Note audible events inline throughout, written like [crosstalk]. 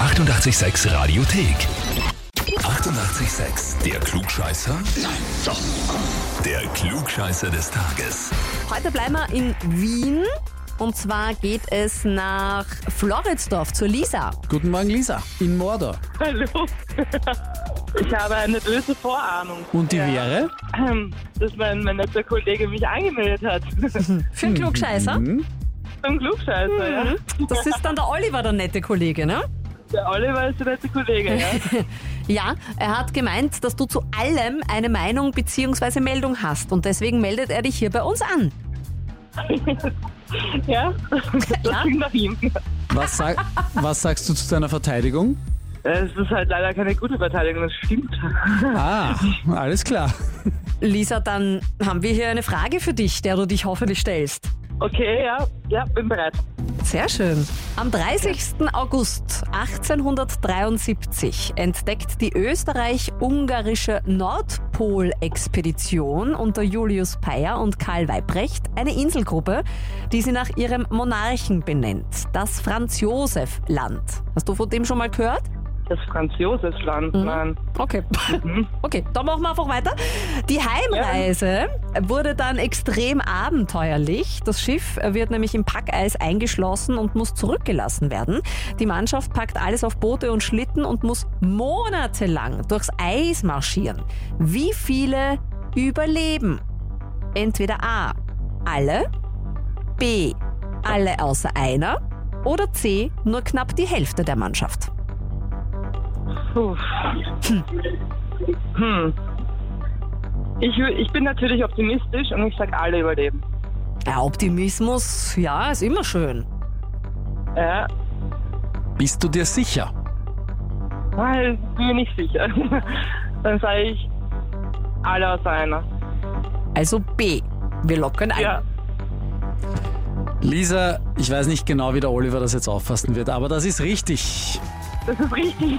886 Radiothek. 88,6. Der Klugscheißer? Nein, doch. Der Klugscheißer des Tages. Heute bleiben wir in Wien. Und zwar geht es nach Floridsdorf zur Lisa. Guten Morgen, Lisa. In Mordor. Hallo. Ich habe eine böse Vorahnung, Und die wäre? ähm, dass mein, mein letzter Kollege mich angemeldet hat. Für einen Klugscheißer. Zum Klugscheißer, ja. Das ist dann der Oliver, der nette Kollege, ne? Der Oliver ist der letzte Kollege, ja. Ja, er hat gemeint, dass du zu allem eine Meinung bzw. Meldung hast. Und deswegen meldet er dich hier bei uns an. ja, das Ja. klingt nach ihm. Was, sag, was sagst du zu deiner Verteidigung? Es ist halt leider keine gute Verteidigung, das stimmt. Ah, alles klar. Lisa, dann haben wir hier eine Frage für dich, der du dich hoffentlich stellst. Okay, ja, ja, bin bereit. Sehr schön. Am 30. August 1873 entdeckt die österreich-ungarische Nordpol-Expedition unter Julius Peyer und Karl Weibrecht eine Inselgruppe, die sie nach ihrem Monarchen benennt, das Franz-Josef-Land. Hast du von dem schon mal gehört? Das Franz Josef Land, Mann. Okay. Okay, dann machen wir einfach weiter. Die Heimreise wurde dann extrem abenteuerlich. Das Schiff wird nämlich im Packeis eingeschlossen und muss zurückgelassen werden. Die Mannschaft packt alles auf Boote und Schlitten und muss monatelang durchs Eis marschieren. Wie viele überleben? Entweder A. Alle, B. Alle außer einer oder C. Nur knapp die Hälfte der Mannschaft. Puh. Hm. Ich, wür- ich bin natürlich optimistisch und ich sag alle überleben. Ja, Optimismus, ja, ist immer schön. Ja, Bist du dir sicher? weil bin mir nicht sicher. [laughs] Dann sage ich alle außer einer. Also B. Wir locken ein. Ja. Lisa, ich weiß nicht genau, wie der Oliver das jetzt auffassen wird, aber das ist richtig. Das ist richtig.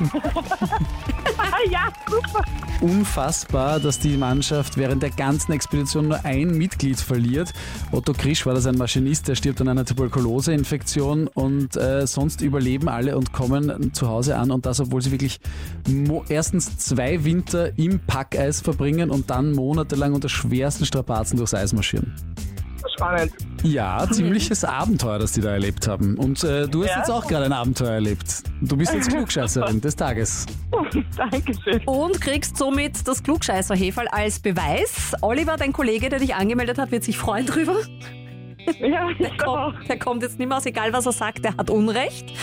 ah, ja, super. Unfassbar, dass die Mannschaft während der ganzen Expedition nur ein Mitglied verliert. Otto Krisch war das ein Maschinist, der stirbt an einer Tuberkuloseinfektion und äh, sonst überleben alle und kommen zu Hause an und das, obwohl sie wirklich mo- erstens zwei Winter im Packeis verbringen und dann monatelang unter schwersten Strapazen durchs Eis marschieren. Spannend. [laughs] Ja, ziemliches Abenteuer, das die da erlebt haben. Und äh, du hast Ja. jetzt auch gerade ein Abenteuer erlebt. Du bist jetzt Klugscheißerin des Tages. Dankeschön. Und kriegst somit das Klugscheißer-Heferl als Beweis. Oliver, dein Kollege, der dich angemeldet hat, wird sich freuen drüber. Ja, ich auch. [laughs] Komm, der kommt jetzt nicht mehr aus, egal was er sagt, der hat Unrecht.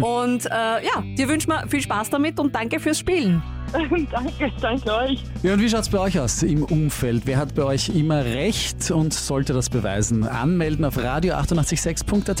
Und äh, ja, dir wünschen wir viel Spaß damit und danke fürs Spielen. danke, danke euch. Ja, und wie schaut's bei euch aus im Umfeld? Wer hat bei euch immer recht und sollte das beweisen? Anmelden auf radio886.at.